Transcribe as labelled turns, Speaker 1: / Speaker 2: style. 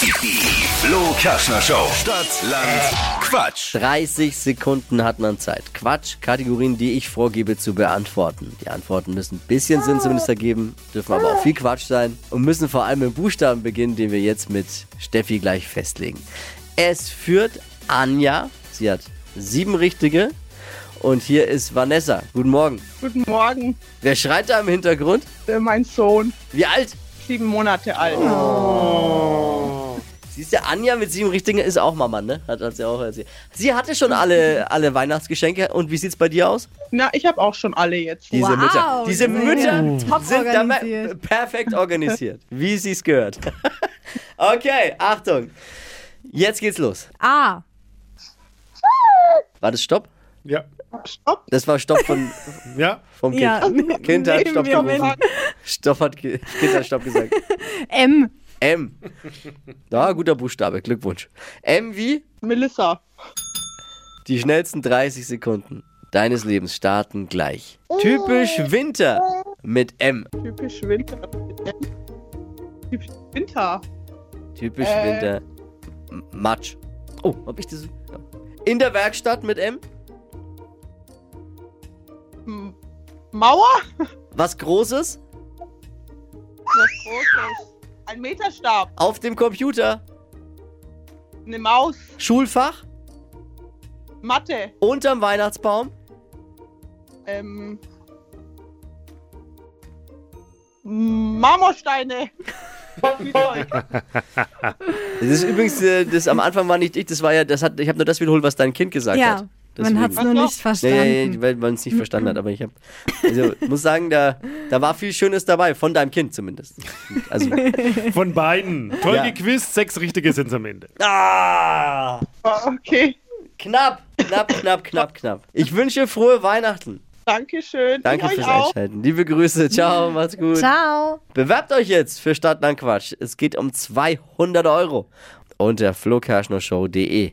Speaker 1: Die Flo Kaschner Show. Stadt, Land, Quatsch.
Speaker 2: 30 Sekunden hat man Zeit. Quatsch, Kategorien, die ich vorgebe zu beantworten. Die Antworten müssen ein bisschen Sinn zumindest ergeben, dürfen aber auch viel Quatsch sein und müssen vor allem im Buchstaben beginnen, den wir jetzt mit Steffi gleich festlegen. Es führt Anja, sie hat sieben richtige und hier ist Vanessa. Guten Morgen.
Speaker 3: Guten Morgen,
Speaker 2: Wer schreit da im Hintergrund?
Speaker 3: äh, mein Sohn,
Speaker 2: Wie alt?
Speaker 3: sieben Monate alt.
Speaker 2: Oh. Siehst du, Anja mit sieben richtigen ist auch Mama, ne? Hat uns ja auch erzählt. Sie hatte schon alle, alle Weihnachtsgeschenke und wie sieht's bei dir aus?
Speaker 3: Na, ich habe auch schon alle jetzt.
Speaker 2: Diese
Speaker 4: Wow,
Speaker 2: Mütter, diese
Speaker 4: diese
Speaker 2: Mütter
Speaker 4: Mütter. Top
Speaker 2: sind dabei
Speaker 4: organisiert.
Speaker 2: perfekt organisiert, wie sie es gehört. okay, Achtung. Jetzt geht's los. Ah,
Speaker 4: A.
Speaker 2: War das Stopp?
Speaker 5: Ja,
Speaker 3: Stopp.
Speaker 2: Das war Stopp von,
Speaker 5: ja.
Speaker 2: vom Kind.
Speaker 4: Ja.
Speaker 2: Kind hat Stopp
Speaker 4: Nehmen wir
Speaker 2: gerufen. Stopp hat, ge- kind hat Stopp gesagt.
Speaker 4: M.
Speaker 2: M. Ja, guter Buchstabe, Glückwunsch. M wie?
Speaker 3: Melissa,
Speaker 2: Die schnellsten 30 Sekunden deines Lebens starten gleich. Typisch Winter mit M.
Speaker 3: typisch Winter. Typisch Winter.
Speaker 2: Typisch
Speaker 3: Äh.
Speaker 2: Winter. M- Matsch. Oh, hab ich das? Ja. In der Werkstatt mit M.
Speaker 3: Hm. Mauer?
Speaker 2: Was Großes?
Speaker 3: Was Großes. Ein Meterstab.
Speaker 2: Auf dem Computer.
Speaker 3: Eine Maus.
Speaker 2: Schulfach.
Speaker 3: Mathe.
Speaker 2: Unterm Weihnachtsbaum.
Speaker 3: Ähm. Marmorsteine. Spielzeug.
Speaker 2: Das ist übrigens, äh, das am Anfang war nicht ich, das war ja, das hat, ich habe nur das wiederholt, was dein Kind gesagt
Speaker 4: Ja,
Speaker 2: hat.
Speaker 4: man hat es
Speaker 2: Oh Deswegen.
Speaker 4: nur
Speaker 3: Ach so.
Speaker 4: nicht verstanden.
Speaker 2: Ja, ja, ja, weil man es nicht verstanden hat, aber ich habe, also muss sagen, da, da war viel Schönes dabei, von deinem Kind zumindest. Also,
Speaker 5: Von beiden. Toll
Speaker 2: Ja.
Speaker 5: gequizt, sechs richtige sind am Ende.
Speaker 2: ah,
Speaker 3: okay.
Speaker 2: knapp, knapp, knapp, knapp, knapp. Ich wünsche frohe Weihnachten.
Speaker 3: Dankeschön.
Speaker 2: Danke
Speaker 3: Ich euch
Speaker 2: fürs
Speaker 3: auch.
Speaker 2: Einschalten. Liebe Grüße, ciao, macht's gut.
Speaker 4: Ciao.
Speaker 2: Bewerbt euch jetzt für Stadtlandquatsch. Es geht um 200 Euro unter flokerschnershow.de.